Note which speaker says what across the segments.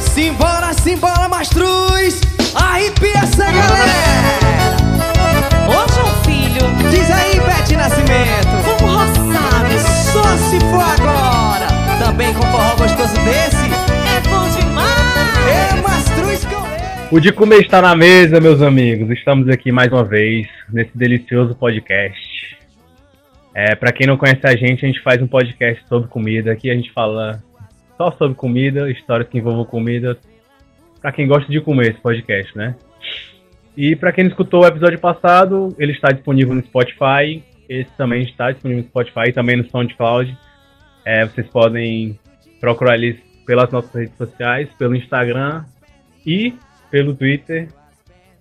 Speaker 1: Simbora, simbora, mastruz! Arrepia essa galera!
Speaker 2: Ô, João Filho!
Speaker 1: Diz aí, Bete Nascimento!
Speaker 2: Vamos roçar,
Speaker 1: só se for agora! Também com forró gostoso desse?
Speaker 2: É bom demais!
Speaker 1: É mastruz com
Speaker 3: o de comer está na mesa, meus amigos. Estamos aqui mais uma vez nesse delicioso podcast. É, para quem não conhece a gente, a gente faz um podcast sobre comida. Aqui a gente fala só sobre comida, histórias que envolvam comida. Para quem gosta de comer esse podcast, né? E para quem não escutou o episódio passado, ele está disponível no Spotify. Esse também está disponível no Spotify e também no SoundCloud. É, vocês podem procurar eles pelas nossas redes sociais, pelo Instagram e pelo Twitter.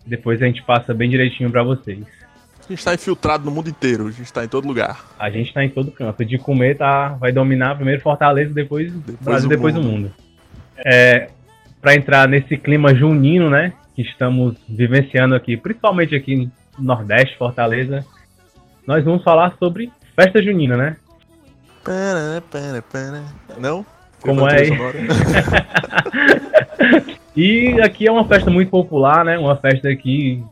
Speaker 3: Depois a gente passa bem direitinho para vocês.
Speaker 4: A gente tá infiltrado no mundo inteiro, a gente tá em todo lugar.
Speaker 3: A gente tá em todo canto. De comer tá, vai dominar primeiro Fortaleza, depois,
Speaker 4: Depois
Speaker 3: Brasil,
Speaker 4: o
Speaker 3: depois
Speaker 4: mundo.
Speaker 3: o mundo. É, para entrar nesse clima junino, né, que estamos vivenciando aqui, principalmente aqui no Nordeste, Fortaleza, nós vamos falar sobre festa junina, né?
Speaker 4: Pera, pera, pera. Não?
Speaker 3: Como
Speaker 4: Tem
Speaker 3: é
Speaker 4: uma trilha
Speaker 3: E aqui é uma festa muito popular, né? Uma festa que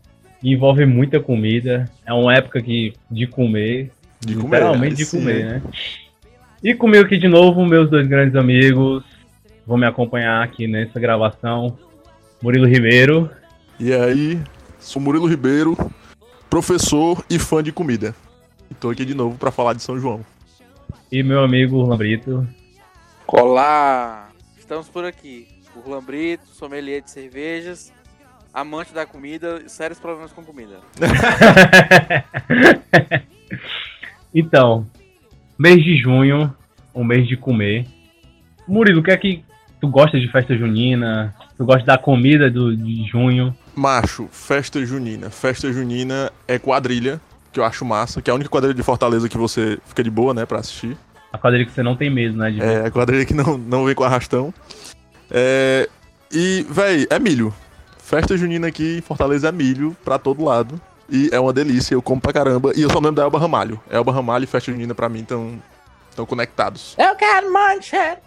Speaker 3: envolve muita comida. É uma época que, de comer.
Speaker 4: De comer,
Speaker 3: literalmente
Speaker 4: aí
Speaker 3: de
Speaker 4: sim,
Speaker 3: comer,
Speaker 4: hein?
Speaker 3: né? E comigo aqui de novo, meus dois grandes amigos. Vão me acompanhar aqui nessa gravação. Murilo Ribeiro.
Speaker 4: E aí, sou Murilo Ribeiro, professor e fã de comida. E tô aqui de novo pra falar de São João.
Speaker 3: E meu amigo Lambrito.
Speaker 5: Olá! Estamos por aqui. O Lambrito, sommelier de cervejas, amante da comida e sérios problemas com comida.
Speaker 3: então, mês de junho, um mês de comer. Murilo, o que é que tu gosta de festa junina? Tu gosta da comida do, de junho?
Speaker 4: Macho, festa junina. Festa junina é quadrilha, que eu acho massa, que é a única quadrilha de Fortaleza que você fica de boa, né, pra assistir.
Speaker 3: A quadrilha que você não tem medo, né? De...
Speaker 4: É, a quadrilha que não, não vem com arrastão. É, e, véi, é milho. Festa junina aqui em Fortaleza é milho pra todo lado. E é uma delícia, eu como pra caramba. E eu só lembro da Elba Ramalho. Elba Ramalho e festa junina pra mim estão tão conectados.
Speaker 2: Eu quero manchar!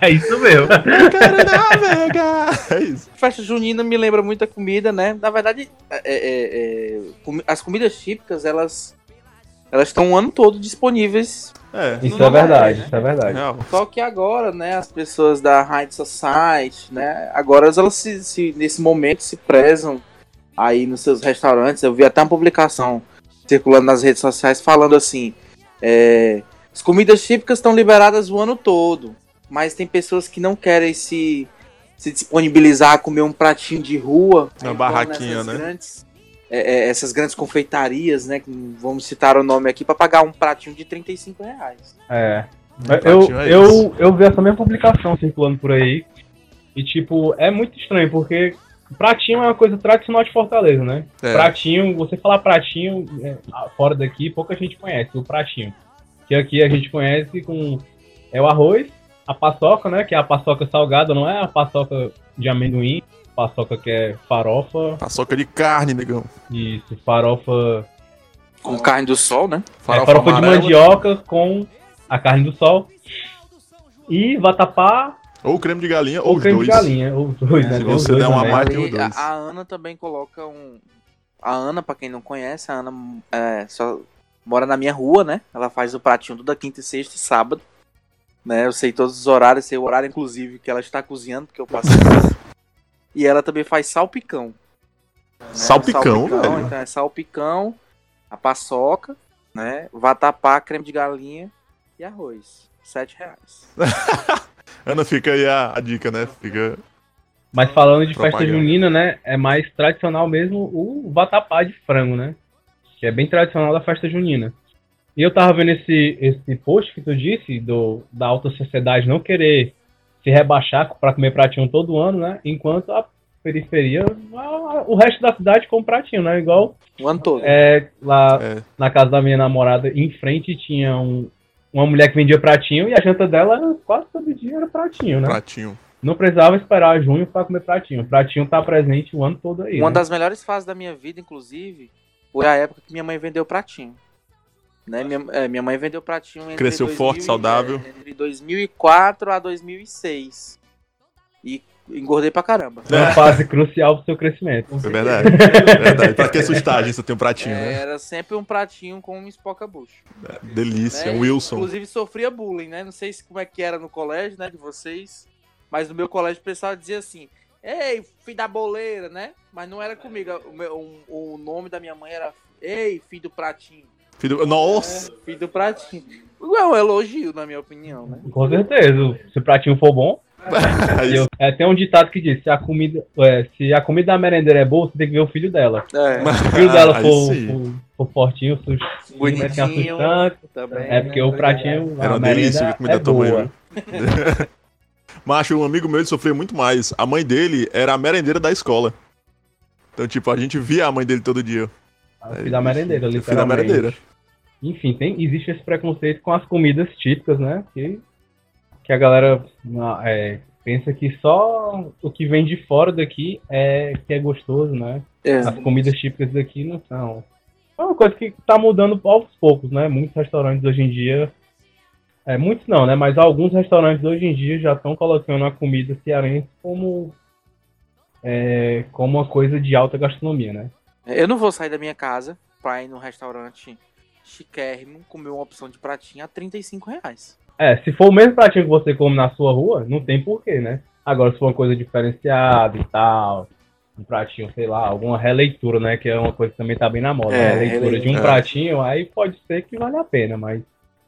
Speaker 3: É isso mesmo.
Speaker 4: É isso.
Speaker 5: Festa junina me lembra muito a comida, né? Na verdade, é- é- é- comi- as comidas típicas, elas elas estão o ano todo disponíveis.
Speaker 4: É,
Speaker 5: Isso é verdade,
Speaker 3: isso é verdade.
Speaker 4: real.
Speaker 5: Só que agora, né, as pessoas da High Society, né, agora elas se, se- nesse momento se prezam aí nos seus restaurantes. Eu vi até uma publicação circulando nas redes sociais falando assim: é, as comidas típicas estão liberadas o ano todo, mas tem pessoas que não querem se, se disponibilizar a comer um pratinho de rua.
Speaker 4: Na
Speaker 5: Aí vão
Speaker 4: barraquinha,
Speaker 5: nessas
Speaker 4: né?
Speaker 5: grandes- é, é, essas grandes confeitarias, né? que Vamos citar o nome aqui, para pagar um pratinho de 35 reais.
Speaker 3: É. Eu,
Speaker 4: Pratinho é isso.
Speaker 3: eu, eu vi essa mesma publicação circulando por aí. E, tipo, é muito estranho, porque pratinho é uma coisa tradicional de Fortaleza, né?
Speaker 4: É.
Speaker 3: Pratinho, você falar pratinho é, fora daqui, pouca gente conhece o pratinho. Que aqui a gente conhece com é o arroz, a paçoca, né? Que é a paçoca salgada, não é a paçoca de amendoim, paçoca que é farofa,
Speaker 4: Paçoca de carne, negão.
Speaker 3: isso, farofa,
Speaker 5: Com carne do sol, né?
Speaker 3: é,
Speaker 4: Farofa,
Speaker 3: farofa de
Speaker 4: amarela.
Speaker 3: mandioca com a carne do sol. E vatapá
Speaker 4: Ou creme de galinha, ou,
Speaker 3: ou
Speaker 4: os
Speaker 3: creme
Speaker 4: dois. É,
Speaker 3: de galinha, ou os dois, né?
Speaker 4: Se
Speaker 3: Tem os
Speaker 4: você
Speaker 3: dois
Speaker 4: der uma
Speaker 3: também.
Speaker 4: mais, tem os
Speaker 5: E a,
Speaker 4: dois.
Speaker 5: a Ana também coloca um. A Ana, pra quem não conhece, a Ana é, só mora na minha rua, né? Ela faz o pratinho toda quinta, e sexta e sábado. Né? Eu sei todos os horários, sei o horário, inclusive, que ela está cozinhando, porque eu passei. e ela também faz salpicão. né?
Speaker 4: Salpicão, velho.
Speaker 5: Então é salpicão, a paçoca, né? Vatapá, creme de galinha e arroz. Sete reais.
Speaker 4: Ana, fica aí a, a dica, né? Fica.
Speaker 3: Mas falando de festa
Speaker 4: Propaganda.
Speaker 3: junina, né? É mais tradicional mesmo o vatapá de frango, né? Que é bem tradicional da festa junina. E eu tava vendo esse, esse post que tu disse do, da alta sociedade não querer se rebaixar pra comer pratinho todo ano, né? Enquanto a periferia, a- o resto da cidade come pratinho, né? Igual
Speaker 5: O ano todo.
Speaker 3: é, lá
Speaker 4: É.
Speaker 3: na casa da minha namorada, em frente tinha um, uma mulher que vendia pratinho e a janta dela quase todo dia era pratinho, né?
Speaker 4: Pratinho.
Speaker 3: Não precisava esperar junho pra comer pratinho. Pratinho tá presente o ano todo aí.
Speaker 5: Uma
Speaker 3: né?
Speaker 5: das melhores fases da minha vida, inclusive, foi a época que minha mãe vendeu pratinho. Né? Minha, é, minha mãe vendeu pratinho é, entre
Speaker 4: Cresceu forte,
Speaker 5: 2000 e-
Speaker 4: saudável.
Speaker 5: é, Entre 2004 a 2006. E engordei pra caramba.
Speaker 3: Uma fase crucial pro seu crescimento.
Speaker 4: É verdade. É verdade. Pra que assustar, gente? Você tem um pratinho,
Speaker 5: É,
Speaker 4: né?
Speaker 5: Era sempre um pratinho com um espoca bucho.
Speaker 4: Delícia.
Speaker 3: É,
Speaker 5: né?
Speaker 4: Um Wilson.
Speaker 5: Inclusive sofria bullying, né? Não sei se- como é que era no colégio, né, de vocês, mas no meu colégio o pessoal dizia assim: "Ei, filho da boleira", né? Mas não era comigo. O, meu- um, o- o nome da minha mãe era "Ei, filho do pratinho".
Speaker 4: Filho- Nossa!
Speaker 5: Filho do pratinho. É um elogio, na minha opinião, né?
Speaker 3: Com certeza. Se o pratinho for bom.
Speaker 4: Aí,
Speaker 3: Eu- é, tem um ditado que diz: se a comida, é, se a comida da merendeira é boa, você tem que ver o filho dela.
Speaker 5: É,
Speaker 3: Se o filho dela
Speaker 4: Ah, aí
Speaker 3: for,
Speaker 4: sim.
Speaker 3: for- for fortinho, su- assim,
Speaker 5: bonitinho
Speaker 3: assustante,
Speaker 5: também.
Speaker 3: é porque o pratinho. a
Speaker 4: Era uma
Speaker 3: merenda
Speaker 4: delícia ver comida né?
Speaker 3: é
Speaker 4: da tua mãe,
Speaker 3: boa.
Speaker 4: viu? Macho, um amigo meu ele sofria muito mais. A mãe dele era a merendeira da escola. Então, tipo, a gente via a mãe dele todo dia.
Speaker 3: É O filho
Speaker 4: É
Speaker 3: da merendeira,
Speaker 4: Eu
Speaker 3: literalmente.
Speaker 4: fui da merendeira.
Speaker 3: Enfim, tem, existe esse preconceito com as comidas típicas, né? Que, que a galera na- é, pensa que só o que vem de fora daqui é que é gostoso, né?
Speaker 5: É.
Speaker 3: As comidas típicas daqui não são. É uma coisa que tá mudando aos poucos, né? Muitos restaurantes hoje em dia. É, muitos não, né? Mas alguns restaurantes hoje em dia já estão colocando a comida cearense como, é, como uma coisa de alta gastronomia, né?
Speaker 5: Eu não vou sair da minha casa pra ir num restaurante chiquérrimo comer uma opção de pratinho a 35 reais.
Speaker 3: É, se for o mesmo pratinho que você come na sua rua, não tem porquê, né? Agora, se for uma coisa diferenciada e tal, um pratinho, sei lá, alguma releitura, né? Que é uma coisa que também tá bem na moda. né?
Speaker 5: É,
Speaker 3: releitura de um
Speaker 4: releitura.
Speaker 3: pratinho, aí pode ser que vale a pena, mas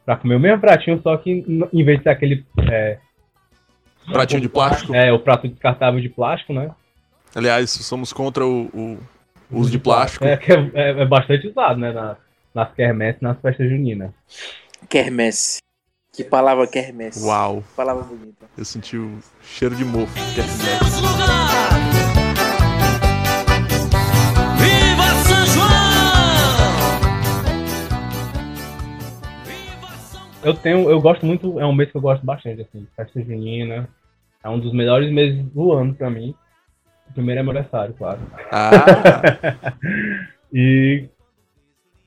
Speaker 3: pra comer o mesmo pratinho, só que n- em vez de ser aquele. É,
Speaker 4: Pratinho de plástico.
Speaker 3: é, o prato descartável de plástico, né?
Speaker 4: Aliás, somos contra o, o uso de plástico.
Speaker 3: É, que é, é- é bastante usado, né? na- nas quermesses, nas festas juninas.
Speaker 5: Quermesse. Que palavra quermesse.
Speaker 4: Uau,
Speaker 5: Palavra bonita.
Speaker 4: eu senti o cheiro de mofo.
Speaker 3: É.
Speaker 2: Seus lugares. Viva São João! Viva São
Speaker 3: Eu tenho, eu gosto muito, é um mês que eu gosto bastante, assim, festa junina. É um dos melhores meses do ano pra mim. O primeiro é meu aniversário, claro.
Speaker 4: Ah,
Speaker 3: E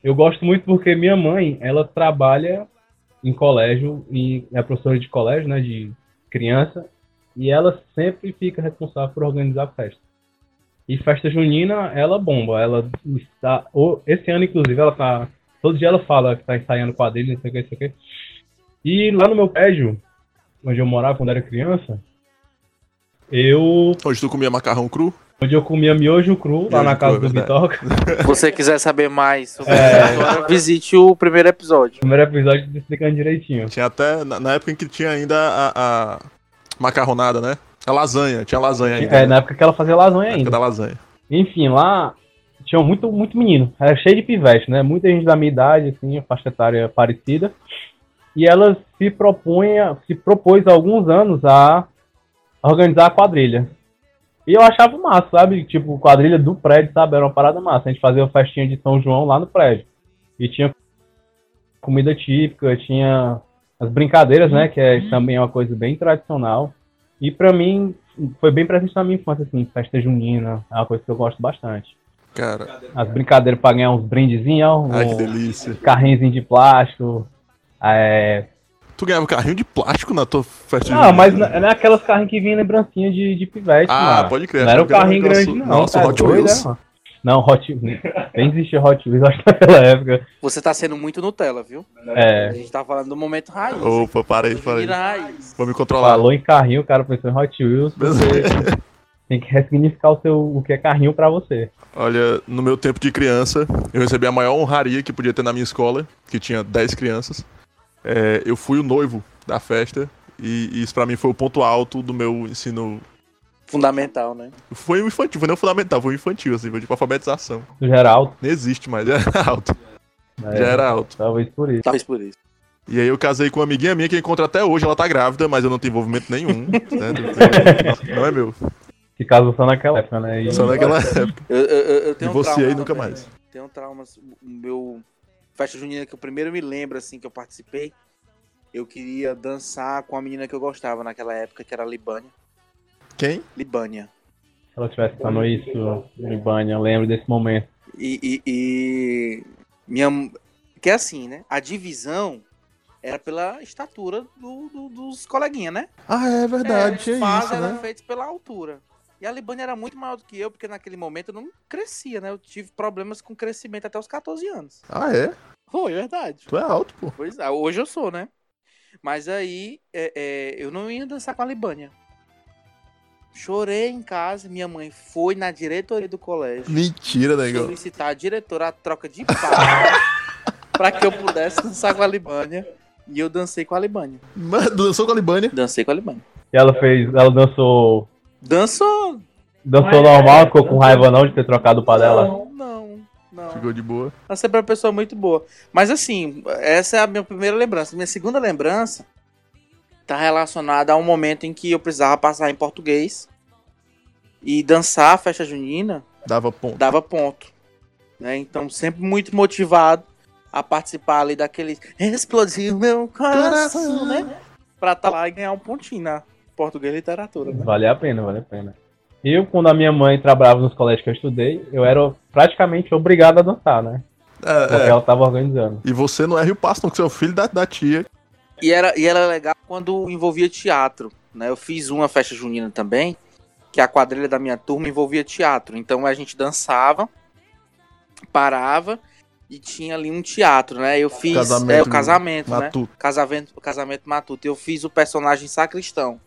Speaker 3: eu gosto muito porque minha mãe, ela trabalha em colégio, e é professora de colégio, né, de criança, e ela sempre fica responsável por organizar festa. E festa junina, ela bomba, ela está, o- esse ano inclusive, ela tá, todo dia ela fala que tá ensaiando quadrilha, não sei o que, não sei o que. E lá no meu prédio, onde eu morava quando era criança, eu,
Speaker 4: onde tu comia macarrão cru?
Speaker 3: onde eu comia miojo cru, lá
Speaker 4: Miojo
Speaker 3: na
Speaker 4: cru,
Speaker 3: casa
Speaker 4: é
Speaker 3: do
Speaker 4: verdade.
Speaker 3: Bitoca,
Speaker 5: Se você quiser saber mais sobre
Speaker 3: É.
Speaker 5: essa história, visite o primeiro episódio.
Speaker 3: primeiro episódio te explicando direitinho.
Speaker 4: Tinha até. Na, na época em que tinha ainda a, a macarronada, né? A lasanha, tinha lasanha ainda.
Speaker 3: É,
Speaker 4: né?
Speaker 3: na época que ela fazia lasanha
Speaker 4: Na época da
Speaker 3: ainda.
Speaker 4: lasanha.
Speaker 3: Enfim, lá tinha muito, muito menino. Era cheio de pivete, né? Muita gente da minha idade, assim, faixa etária parecida. E ela se propunha, se propôs há alguns anos a organizar a quadrilha. E eu achava massa, sabe? Tipo, quadrilha do prédio, sabe? Era uma parada massa. A gente fazia uma festinha de São João lá no prédio. E tinha comida típica, tinha as brincadeiras, né? Que é, também é uma coisa bem tradicional. E pra mim, foi bem presente na minha infância, assim, festa junina, é uma coisa que eu gosto bastante.
Speaker 4: Cara,
Speaker 3: As brincadeiras pra ganhar uns brindezinhos, ó,
Speaker 4: ai que
Speaker 3: um
Speaker 4: delícia.
Speaker 3: carrinhozinho de plástico. É...
Speaker 4: Tu ganhava um carrinho de plástico na tua festa
Speaker 3: Ah,
Speaker 4: junina?
Speaker 3: mas na- era aquelas carrinhos que vinha lembrancinha de, de pivete,
Speaker 4: Ah,
Speaker 3: mano.
Speaker 4: pode crer.
Speaker 3: Não era um
Speaker 4: Porque
Speaker 3: carrinho
Speaker 4: negócio-
Speaker 3: grande, não.
Speaker 4: Nossa,
Speaker 3: tá
Speaker 4: Hot
Speaker 3: doido,
Speaker 4: Wheels.
Speaker 3: é, mano? Não, Hot Wheels. Nem existia Hot Wheels, acho que naquela época.
Speaker 5: Você tá sendo muito Nutella, viu?
Speaker 3: É,
Speaker 5: A gente tá falando do momento raiz.
Speaker 4: Opa, para aí,
Speaker 5: Do
Speaker 4: para aí.
Speaker 5: Junina raiz.
Speaker 4: Vou me controlar.
Speaker 3: falou em carrinho, o cara pensou em Hot Wheels. Você tem que ressignificar o, seu, o que é carrinho pra você.
Speaker 4: Olha, no meu tempo de criança, eu recebi a maior honraria que podia ter na minha escola, que tinha 10 crianças. É, eu fui o noivo da festa, e isso pra mim foi o ponto alto do meu ensino.
Speaker 5: Fundamental, né?
Speaker 4: Foi um infantil, foi não fundamental, foi um infantil, assim, foi tipo alfabetização.
Speaker 3: No geral,
Speaker 4: Não existe mais, era alto.
Speaker 3: né?
Speaker 4: Já era Tá. alto.
Speaker 3: Talvez por isso.
Speaker 5: Talvez por isso.
Speaker 4: E aí eu casei com uma amiguinha minha que eu encontro até hoje, ela tá grávida, mas eu não tenho envolvimento nenhum. né? Não é meu.
Speaker 3: Se casou só naquela época, né? E-
Speaker 4: Só naquela época.
Speaker 5: Eu, eu, eu- eu tenho um
Speaker 4: Divorciei
Speaker 5: trauma
Speaker 4: nunca
Speaker 5: também,
Speaker 4: mais.
Speaker 5: né? Tenho traumas. O meu festa junina que eu primeiro me lembro, assim, que eu participei, eu queria dançar com a menina que eu gostava naquela época, que era a Libânia.
Speaker 4: Quem?
Speaker 5: Libânia.
Speaker 3: Se ela tivesse falando isso, Ibane, eu lembro desse momento.
Speaker 5: E, e- e minha. Que é assim, né? A divisão era pela estatura do- do- dos coleguinhas, né?
Speaker 4: Ah, é verdade, tinha
Speaker 5: fase
Speaker 4: isso,
Speaker 5: era
Speaker 4: né?
Speaker 5: feito pela altura. E a Libânia era muito maior do que eu, porque naquele momento eu não crescia, né? Eu tive problemas com crescimento até os 14 anos.
Speaker 4: Ah, é?
Speaker 5: Foi, verdade.
Speaker 4: Tu é alto, pô.
Speaker 5: Pois é, hoje eu sou, né? Mas aí é, é, eu não ia dançar com a Libânia. Chorei em casa, minha mãe foi na diretoria do colégio
Speaker 4: Mentira, né, negão.
Speaker 5: solicitar a diretora a troca de pau pra que eu pudesse dançar com a Libânia. E eu dancei com a Libânia.
Speaker 4: Mas Dançou com a Libânia.
Speaker 5: Dancei com a Libânia.
Speaker 3: E ela fez, ela dançou,
Speaker 5: Dançou?
Speaker 3: dançou normal, ficou com raiva não de ter trocado o pá dela.
Speaker 5: Não, não, não.
Speaker 4: Ficou de boa.
Speaker 5: Ela sempre é uma pessoa muito boa. Mas assim, essa é a minha primeira lembrança. Minha segunda lembrança tá relacionada a um momento em que eu precisava passar em português e dançar a festa junina
Speaker 4: Dava ponto.
Speaker 5: dava ponto. Né? Então, sempre muito motivado a participar ali daquele explodir meu coração,
Speaker 4: Coração.
Speaker 5: né? Pra tá lá e ganhar um pontinho na português e literatura, né?
Speaker 3: Vale a pena, vale a pena. Eu, quando a minha mãe trabalhava nos colégios que eu estudei, eu era praticamente obrigado a dançar, né? Porque
Speaker 4: É, é.
Speaker 3: ela tava organizando.
Speaker 4: E você não erra o passo, não, que você é o filho da, da tia.
Speaker 5: E era, e era legal quando envolvia teatro, né? Eu fiz uma festa junina também, que a quadrilha da minha turma envolvia teatro. Então a gente dançava, parava e tinha ali um teatro, né? Eu fiz
Speaker 4: Casamento
Speaker 5: é, o
Speaker 4: no-
Speaker 5: casamento, né?
Speaker 4: Matuto.
Speaker 5: Casamento, Casamento Matuto. Eu fiz o personagem Sacristão,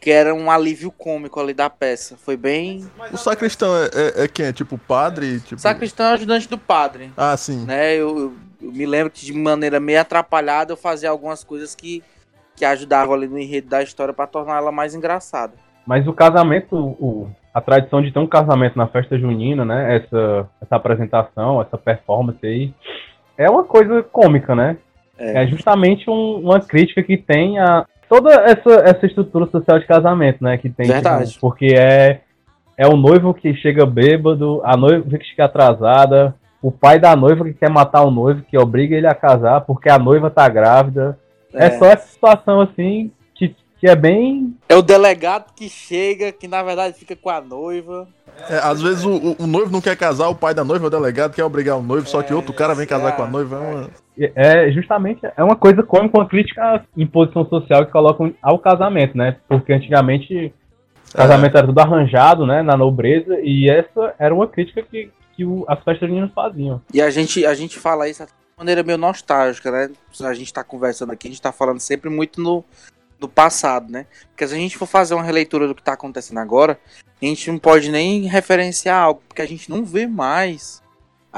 Speaker 5: que era um alívio cômico ali da peça. Foi bem.
Speaker 4: O sacristão é, é, é quem? É tipo padre? Tipo...
Speaker 5: Sacristão é o ajudante do padre,
Speaker 4: Ah, sim.
Speaker 5: né? Eu, eu me lembro que de maneira meio atrapalhada eu fazia algumas coisas que, que ajudavam ali no enredo da história pra tornar ela mais engraçada.
Speaker 3: Mas o casamento, o- a tradição de ter um casamento na festa junina, né? Essa, essa apresentação, essa performance aí, é uma coisa cômica, né?
Speaker 5: É.
Speaker 3: É, justamente um- uma crítica que tem a toda essa, essa estrutura social de casamento, né? Que tem,
Speaker 5: Verdade.
Speaker 3: tipo, porque é, é o noivo que chega bêbado, a noiva que chega atrasada, o pai da noiva que quer matar o noivo, que obriga ele a casar porque a noiva tá grávida. É, só essa situação, assim, que, que é bem
Speaker 5: É o delegado que chega, que na verdade fica com a noiva.
Speaker 4: É, às vezes o, o- o noivo não quer casar, o pai da noiva é o delegado, quer obrigar o noivo, só que outro cara vem casar com a noiva. É uma...
Speaker 3: É justamente é uma coisa como uma crítica à imposição social que colocam ao casamento, né? Porque antigamente o casamento era tudo arranjado, né? Na nobreza, e essa era uma crítica que, que o- as festas juninas faziam.
Speaker 5: E a gente, a gente fala isso de maneira meio nostálgica, né? A gente tá conversando aqui, a gente tá falando sempre muito no, do passado, né? Porque se a gente for fazer uma releitura do que tá acontecendo agora, a gente não pode nem referenciar algo, porque a gente não vê mais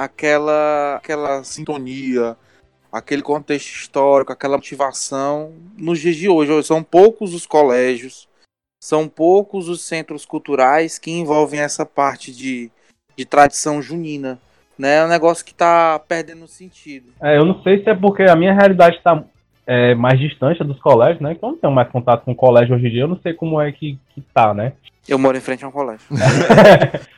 Speaker 5: aquela, aquela sintonia, aquele contexto histórico, aquela motivação nos dias de hoje. São poucos os colégios, são poucos os centros culturais que envolvem essa parte de, de tradição junina. Né? É um negócio que tá perdendo sentido.
Speaker 3: É, eu não sei se é porque a minha realidade está mais distante dos colégios, né? Que eu não tenho mais contato com o colégio hoje em dia, eu não sei como é que, que tá, né?
Speaker 5: Eu moro em frente a um colégio.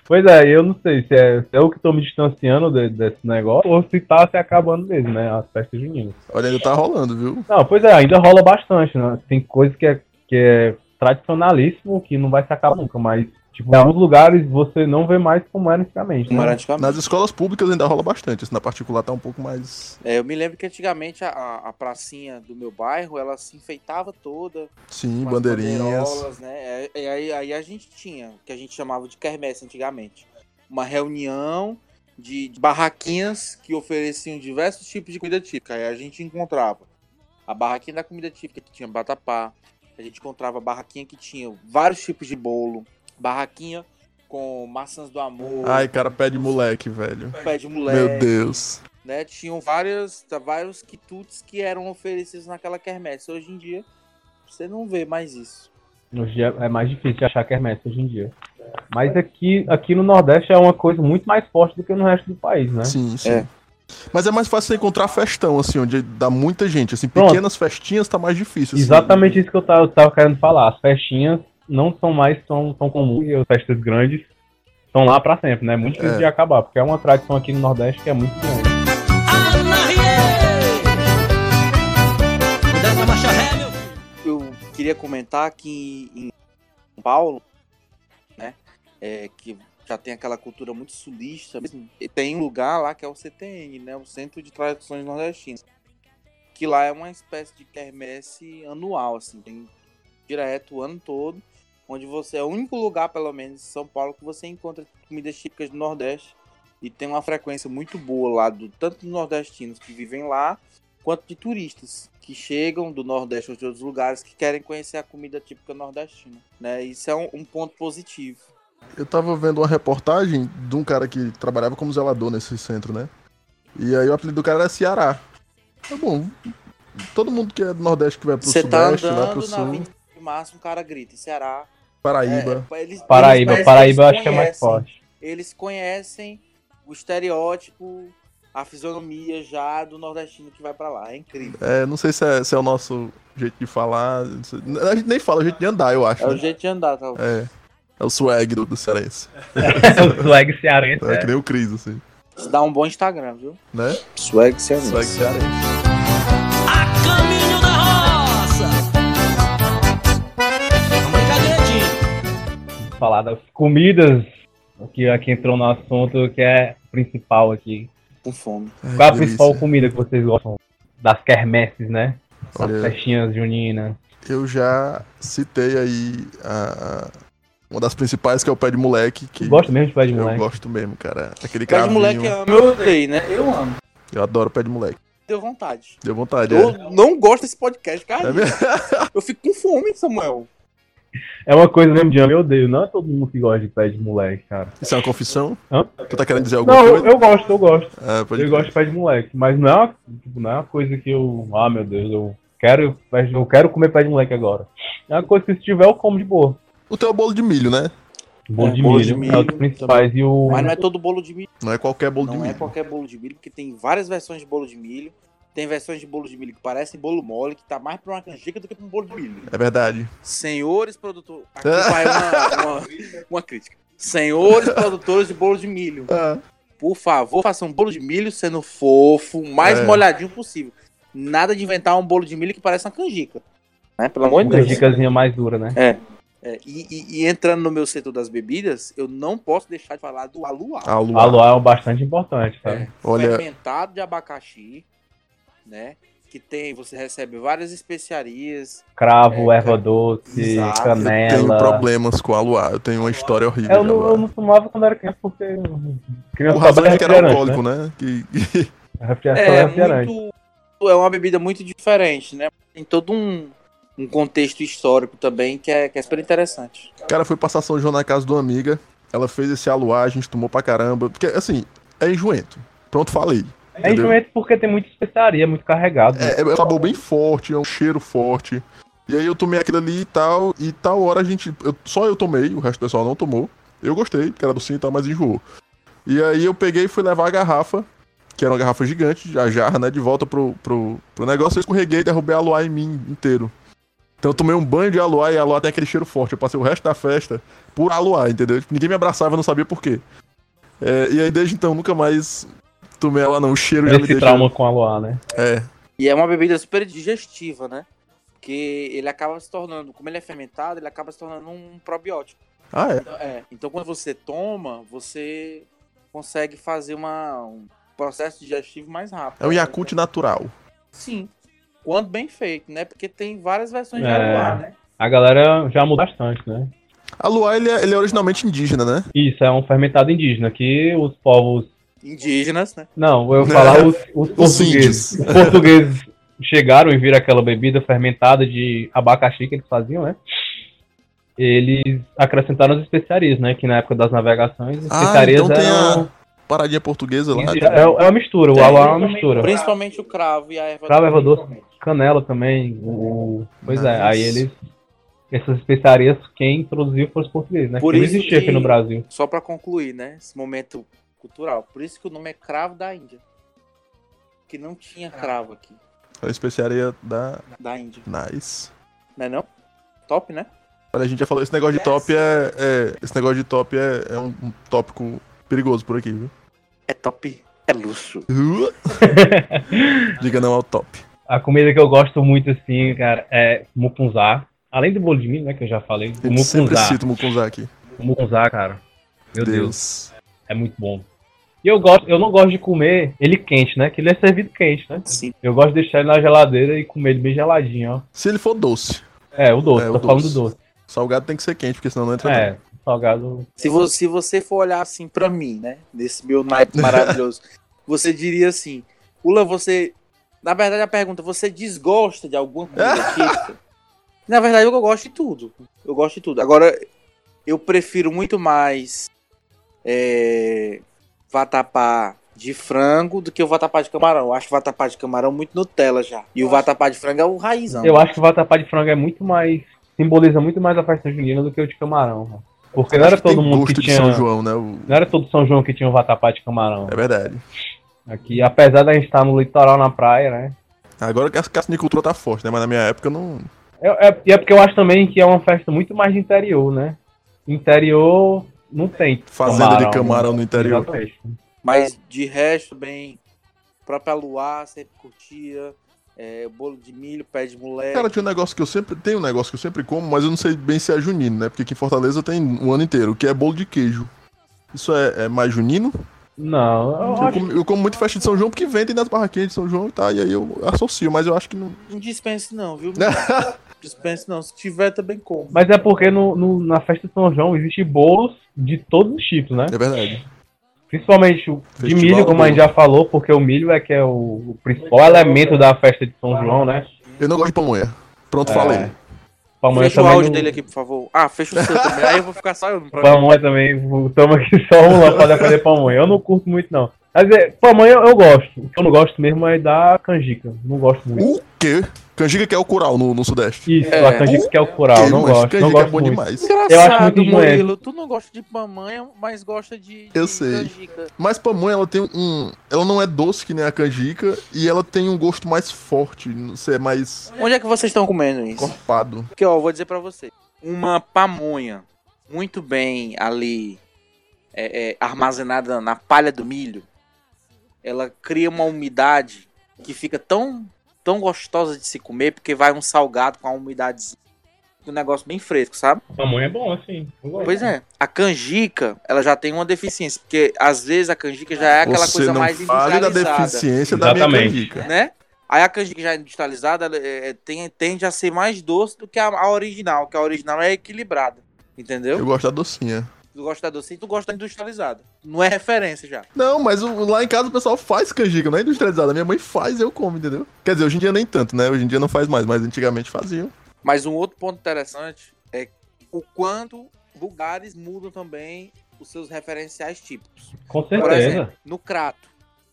Speaker 3: Pois é, eu não sei se é, se é eu que tô me distanciando de- desse negócio ou se tá se acabando mesmo, né? As festas juninas.
Speaker 4: Olha, ainda tá rolando, viu?
Speaker 3: Não, pois é, ainda rola bastante, né? Tem coisa que é, que é tradicionalíssimo que não vai se acabar nunca, mas, tipo, em alguns lugares você não vê mais como era antigamente, né?
Speaker 5: Antigamente.
Speaker 4: Nas escolas públicas ainda rola bastante, isso na particular tá um pouco mais.
Speaker 5: É, eu me lembro que antigamente a- a, a pracinha do meu bairro, ela se enfeitava toda.
Speaker 4: Sim,
Speaker 5: com as
Speaker 4: bandeirinhas.
Speaker 5: bandeirolas, né? É, é, aí, aí a gente tinha, o que a gente chamava de quermesse antigamente. Uma reunião de, de barraquinhas que ofereciam diversos tipos de comida típica. Aí a gente encontrava a barraquinha da comida típica, que tinha batapá. A gente encontrava a barraquinha que tinha vários tipos de bolo. Barraquinha com maçãs do amor,
Speaker 4: Ai, cara, pé de moleque, velho.
Speaker 5: pé de moleque.
Speaker 4: Meu Deus.
Speaker 5: né? Tinham várias, tá, vários quitutes que eram oferecidos naquela quermesse. Hoje em dia, você não vê mais isso.
Speaker 3: Hoje é é mais difícil de achar quermesse hoje em dia. Mas aqui, aqui no Nordeste é uma coisa muito mais forte do que no resto do país, né?
Speaker 4: Sim, sim.
Speaker 5: É.
Speaker 4: Mas é mais fácil você encontrar festão, assim, onde dá muita gente. Assim,
Speaker 3: Pronto.
Speaker 4: pequenas festinhas tá mais difícil. assim.
Speaker 3: Exatamente isso que eu tava, eu tava querendo falar. As festinhas não são mais tão, tão comuns e as festas grandes estão lá pra sempre, né? É muito difícil
Speaker 4: É.
Speaker 3: de acabar, porque é uma tradição aqui no Nordeste que é muito grande.
Speaker 2: Ana Rie. Dessa marcha ré, meu filho.
Speaker 5: Eu queria comentar que em São Paulo, né? é, que já tem aquela cultura muito sulista, mesmo, e tem um lugar lá que é o CTN, né? O Centro de Tradições Nordestinas. que lá é uma espécie de quermesse anual, assim, tem direto o ano todo, onde você é o único lugar, pelo menos em São Paulo, que você encontra comidas típicas do Nordeste e tem uma frequência muito boa lá, do, tanto dos nordestinos que vivem lá, quanto de turistas que chegam do Nordeste ou de outros lugares que querem conhecer a comida típica nordestina, né? Isso é um, um ponto positivo.
Speaker 4: Eu tava vendo uma reportagem de um cara que trabalhava como zelador nesse centro, né? E aí o apelido do cara era Ceará. Tá bom. Todo mundo que é do Nordeste que vai pro
Speaker 5: Você tá
Speaker 4: Sudeste, vai pro
Speaker 5: andando na
Speaker 4: Sul,
Speaker 5: 20 de março, um cara grita, Ceará.
Speaker 4: Paraíba.
Speaker 5: É, eles-
Speaker 3: Paraíba,
Speaker 5: eles parecem
Speaker 3: Paraíba eu
Speaker 5: eles
Speaker 3: acho que é mais
Speaker 5: conhecem-
Speaker 3: forte.
Speaker 5: Eles conhecem o estereótipo, a fisionomia já do nordestino que vai pra lá. É incrível.
Speaker 4: É, não sei se é, se é o nosso jeito de falar. não sei. A gente nem fala, é o jeito de andar, eu acho.
Speaker 5: É o
Speaker 4: né?
Speaker 5: jeito de andar, talvez.
Speaker 4: É. É o swag do, do cearense.
Speaker 3: o swag cearense.
Speaker 4: É,
Speaker 3: É.
Speaker 4: que nem o Cris, assim.
Speaker 5: Isso dá um bom Instagram, viu?
Speaker 4: Né?
Speaker 5: Swag sem
Speaker 4: Swag cearense.
Speaker 2: A caminho da roça. Uma brincadeira, Dinho.
Speaker 3: falar das comidas que aqui entrou no assunto que é principal aqui.
Speaker 5: Com fome.
Speaker 4: Ai,
Speaker 3: Qual é a
Speaker 4: É, que
Speaker 3: principal
Speaker 4: delícia.
Speaker 3: comida que vocês gostam? Das quermesses, né? Das
Speaker 4: Olha,
Speaker 3: festinhas juninas.
Speaker 4: eu já citei aí a, a- uma das principais, que é o pé de moleque. Que
Speaker 3: Tu gosta mesmo de pé de
Speaker 4: eu
Speaker 3: moleque?
Speaker 4: gosto mesmo, cara. Aquele
Speaker 5: Pé de
Speaker 4: cravinho.
Speaker 5: moleque ama, eu odeio, né? Eu amo.
Speaker 4: Eu adoro pé de moleque.
Speaker 5: Deu vontade.
Speaker 4: Deu vontade.
Speaker 5: Eu
Speaker 4: É.
Speaker 5: não gosto desse podcast, cara.
Speaker 4: É mesmo?
Speaker 5: Eu fico com fome, Samuel.
Speaker 3: É uma coisa mesmo de eu meu Deus, não é todo mundo que gosta de pé de moleque, cara.
Speaker 4: Isso é uma confissão?
Speaker 3: Hã?
Speaker 4: Tu tá querendo dizer alguma
Speaker 3: Não, eu,
Speaker 4: coisa?
Speaker 3: eu gosto, eu gosto.
Speaker 4: Ah, pode
Speaker 3: Eu
Speaker 4: crer.
Speaker 3: gosto de pé de moleque. Mas não é, uma, tipo, não é uma coisa que eu. Ah, meu Deus, eu quero. Eu quero comer pé de moleque agora. É uma coisa que se tiver, eu como de boa.
Speaker 4: O teu é bolo de milho, né?
Speaker 3: Bolo
Speaker 5: É,
Speaker 3: de,
Speaker 5: bolo
Speaker 3: milho,
Speaker 5: de
Speaker 3: é um
Speaker 5: milho
Speaker 3: dos principais. E o.
Speaker 5: Mas não é todo bolo de milho.
Speaker 4: Não é qualquer bolo de
Speaker 5: Não é
Speaker 4: milho.
Speaker 5: qualquer bolo de milho, porque tem várias versões de bolo de milho. Tem versões de bolo de milho que parecem bolo mole, que tá mais pra uma canjica do que pra um bolo de milho.
Speaker 4: É verdade.
Speaker 5: Senhores produtores. Aqui vai uma, uma, uma crítica. Senhores produtores de bolo de milho. Por favor, façam um bolo de milho sendo fofo, o mais
Speaker 4: É.
Speaker 5: molhadinho possível. Nada de inventar um bolo de milho que parece uma canjica. Né? Pelo amor de
Speaker 3: Uma
Speaker 5: Deus.
Speaker 3: dicasinha mais dura, né?
Speaker 5: É, e, e- e entrando no meu setor das bebidas, eu não posso deixar de falar do aluá.
Speaker 4: A lua.
Speaker 3: A luau é bastante importante,
Speaker 4: É.
Speaker 3: sabe?
Speaker 4: Olha-
Speaker 5: Tá? Fermentado de abacaxi, né? Que tem, você recebe várias especiarias.
Speaker 3: Cravo,
Speaker 5: É,
Speaker 3: erva doce,
Speaker 5: Exato.
Speaker 4: Eu tenho
Speaker 3: canela.
Speaker 4: problemas com a lua. Eu tenho uma história horrível.
Speaker 3: Eu
Speaker 4: um de
Speaker 3: não,
Speaker 4: Aluá.
Speaker 3: eu não fumava quando era criança porque.
Speaker 4: O
Speaker 3: Criança
Speaker 4: razão
Speaker 3: só
Speaker 4: é que era
Speaker 3: refrigerante,
Speaker 4: alcoólico, né? Que-
Speaker 3: Né? Refrigerante é
Speaker 5: É,
Speaker 3: refrigerante.
Speaker 5: muito, é uma bebida muito diferente, né? Tem todo um, um contexto histórico também que é, que é super interessante.
Speaker 4: Cara, fui passar São João na casa de uma amiga. Ela fez esse aluá, a gente tomou pra caramba. Porque, assim, é enjoento. Pronto, falei.
Speaker 3: É instrumento porque tem muita especiaria, muito carregado. né?
Speaker 4: É, é um sabor bem forte, é um cheiro forte. E aí eu tomei aquilo ali e tal. E tal hora a gente. eu- só eu tomei, o resto do pessoal não tomou. Eu gostei, porque era docinho e tal, mas enjoou. E aí eu peguei e fui levar a garrafa, que era uma garrafa gigante, a jarra, né? De volta pro, pro, pro negócio. Eu escorreguei e derrubei a aloá em mim inteiro. Então eu tomei um banho de aloá e a aloá tem aquele cheiro forte. Eu passei o resto da festa por aloá, entendeu? Tipo, Ninguém me abraçava, eu não sabia por quê. É, e aí desde então nunca mais tomei ela não. O cheiro já me
Speaker 3: Esse
Speaker 4: deixa.
Speaker 3: trauma com a luau, né?
Speaker 4: É,
Speaker 5: E é uma bebida super digestiva, né? Porque ele acaba se tornando, como ele é fermentado, ele acaba se tornando um probiótico.
Speaker 4: ah, é.
Speaker 5: Então, é, então quando você toma, você consegue fazer uma, um processo digestivo mais rápido.
Speaker 4: É o Yakult natural.
Speaker 5: Sim. Quando bem feito, né? Porque tem várias versões de
Speaker 3: É.
Speaker 5: Aruá, né?
Speaker 3: A galera já mudou bastante, né?
Speaker 4: A Luá, ele é, ele é originalmente indígena, né?
Speaker 3: Isso, é um fermentado indígena que os povos.
Speaker 5: Indígenas, né?
Speaker 3: Não, eu ia falar os, os portugueses.
Speaker 4: É. índios.
Speaker 3: Os portugueses chegaram e viram aquela bebida fermentada de abacaxi que eles faziam, né? Eles acrescentaram as especiarias, né? Que na época das navegações, as
Speaker 4: Ah,
Speaker 3: especiarias
Speaker 4: então tem
Speaker 3: eram.
Speaker 4: Paradinha portuguesa lá.
Speaker 3: É, é uma mistura, o
Speaker 5: Tem.
Speaker 3: aluá é uma mistura.
Speaker 5: Principalmente o cravo e a erva
Speaker 3: Cravo, é erva doce, canela também. O... Pois é,
Speaker 4: Nice.
Speaker 3: aí eles. Essas especiarias, quem introduziu foram os portugueses, né?
Speaker 5: Por
Speaker 3: Porque não
Speaker 5: isso
Speaker 3: existia
Speaker 5: que-
Speaker 3: aqui no Brasil.
Speaker 5: Só pra concluir, né? Esse momento cultural. Por isso que o nome é cravo da Índia. Que não tinha cravo aqui.
Speaker 4: É a especiaria da
Speaker 5: Da Índia.
Speaker 4: Nice.
Speaker 5: Né não? Top, né?
Speaker 4: Olha, a gente já falou, esse negócio de top é. é- esse negócio de top é, é um, um tópico perigoso por aqui, viu?
Speaker 5: É top. É luxo.
Speaker 4: Diga não ao top.
Speaker 3: A comida que eu gosto muito, assim, cara, é mupunzá. Além do bolo de milho, né, que eu já falei.
Speaker 4: Eu
Speaker 3: O mupunzá.
Speaker 4: sempre cito Mukunzá aqui.
Speaker 3: O mupunzá, cara. Meu Deus.
Speaker 4: Deus.
Speaker 3: É muito bom. E eu gosto, eu não gosto de comer ele quente, né? Que ele é servido quente, né?
Speaker 5: Sim.
Speaker 3: Eu gosto de deixar ele na geladeira e comer ele bem geladinho, ó.
Speaker 4: Se ele for doce,
Speaker 3: É, o doce,
Speaker 4: É,
Speaker 3: tô
Speaker 4: o
Speaker 3: falando do
Speaker 4: doce.
Speaker 3: doce.
Speaker 4: salgado tem que ser quente, porque senão não entra.
Speaker 3: É, salgado.
Speaker 5: Se você, se você for olhar assim pra mim, né? Nesse meu naipe maravilhoso, você diria assim: Lula, você. Na verdade, a pergunta, você desgosta de alguma comida típica? Na verdade, eu gosto de tudo. Eu gosto de tudo. Agora, eu prefiro muito mais é, vatapá de frango do que o vatapá de camarão. Eu acho o vatapá de camarão muito Nutella já. E o vatapá de frango é o raizão.
Speaker 3: Eu acho que o vatapá de frango é muito mais. simboliza muito mais a festa junina do que o de camarão, mano. Porque não
Speaker 4: Acho
Speaker 3: era
Speaker 4: que tem
Speaker 3: todo mundo
Speaker 4: gosto
Speaker 3: que
Speaker 4: de São
Speaker 3: tinha.
Speaker 4: João, né? O-
Speaker 3: Não era todo São João que tinha o vatapá de camarão.
Speaker 4: É verdade. É.
Speaker 3: Aqui, apesar da gente estar no litoral na praia, né?
Speaker 4: Agora que a caçanicultura tá forte, né? Mas na minha época não.
Speaker 3: É, é- e é porque eu acho também que é uma festa muito mais de interior, né? Interior não tem.
Speaker 4: Fazenda de camarão no interior.
Speaker 3: Exatamente.
Speaker 5: Mas de resto, bem, própria luar, sempre curtia. é, bolo de milho, pé de moleque.
Speaker 4: Cara, tinha um negócio que eu sempre. Tem um negócio que eu sempre como, mas eu não sei bem se é junino, né? Porque aqui em Fortaleza tem um ano inteiro, que é bolo de queijo. Isso é, é mais junino?
Speaker 3: Não, eu
Speaker 4: Eu
Speaker 3: acho
Speaker 4: como, eu como muito festa de São João porque vendem nas barraquinhas de São João e tá, e aí eu associo, mas eu acho que não.
Speaker 5: Não dispense não, viu?
Speaker 4: né?
Speaker 5: dispense não. Se tiver, também como.
Speaker 3: Mas é porque no, no- na festa de São João existe bolos de todos os tipos, né?
Speaker 4: É verdade.
Speaker 3: Principalmente o de
Speaker 4: Festival
Speaker 3: milho, como a
Speaker 4: do-
Speaker 3: gente já falou, porque o milho é que é o, o principal elemento da festa de São João, né?
Speaker 4: Eu não gosto de pamonha. Pronto,
Speaker 3: É.
Speaker 4: falei.
Speaker 3: Pamonha
Speaker 5: fecha o
Speaker 3: também
Speaker 5: áudio
Speaker 3: não-
Speaker 5: dele aqui, por favor. Ah, fecha o seu também. Aí eu vou ficar só eu. Pra...
Speaker 3: Pamonha também, estamos aqui só um lá pra fazer pamonha. Eu não curto muito, não. Quer dizer, pamonha eu gosto. O que eu não gosto mesmo é da canjica. Não gosto muito.
Speaker 4: O quê? Canjica que é o curau no, no Sudeste.
Speaker 3: Isso,
Speaker 5: É.
Speaker 3: a canjica que é o coral.
Speaker 4: Que,
Speaker 3: Não
Speaker 4: mas
Speaker 3: gosto,
Speaker 4: Canjica
Speaker 3: não
Speaker 4: é
Speaker 3: gosto
Speaker 4: bom
Speaker 3: muito.
Speaker 4: demais.
Speaker 5: Engraçado,
Speaker 3: muito
Speaker 5: Murilo.
Speaker 3: moleque.
Speaker 5: Tu não gosta de pamonha, mas gosta de, de
Speaker 4: Eu sei.
Speaker 5: canjica.
Speaker 4: Mas pamonha, ela tem um. Ela não é doce que nem a canjica e ela tem um gosto mais forte, não sei, é mais
Speaker 5: Onde é que vocês estão comendo isso?
Speaker 4: corpado.
Speaker 5: Porque, ó, eu vou dizer pra vocês. Uma pamonha muito bem ali é, é, armazenada na palha do milho, ela cria uma umidade que fica tão, tão gostosa de se comer, porque vai um salgado com a umidade um negócio bem fresco, sabe?
Speaker 3: Pamonha é bom, assim. eu gosto.
Speaker 5: Pois é. A canjica, ela já tem uma deficiência, porque às vezes a canjica já é aquela
Speaker 4: Você
Speaker 5: coisa
Speaker 4: não
Speaker 5: mais
Speaker 4: fale da
Speaker 5: industrializada,
Speaker 4: deficiência da minha
Speaker 3: Exatamente.
Speaker 4: canjica.
Speaker 5: né? Aí a canjica já industrializada, ela é, é, tem- tende a ser mais doce do que a, a original, que a original é equilibrada, entendeu?
Speaker 4: Eu gosto da docinha.
Speaker 5: Tu gosta da docinha, tu gosta da industrializada. Não é referência já.
Speaker 4: Não, mas o- lá em casa o pessoal faz canjica, não é industrializada. Minha mãe faz, eu como, entendeu? Quer dizer, hoje em dia nem tanto, né? Hoje em dia não faz mais, mas antigamente faziam.
Speaker 5: Mas um outro ponto interessante é o quanto lugares mudam também os seus referenciais típicos.
Speaker 3: Com
Speaker 5: Por
Speaker 3: certeza.
Speaker 5: exemplo, no Crato,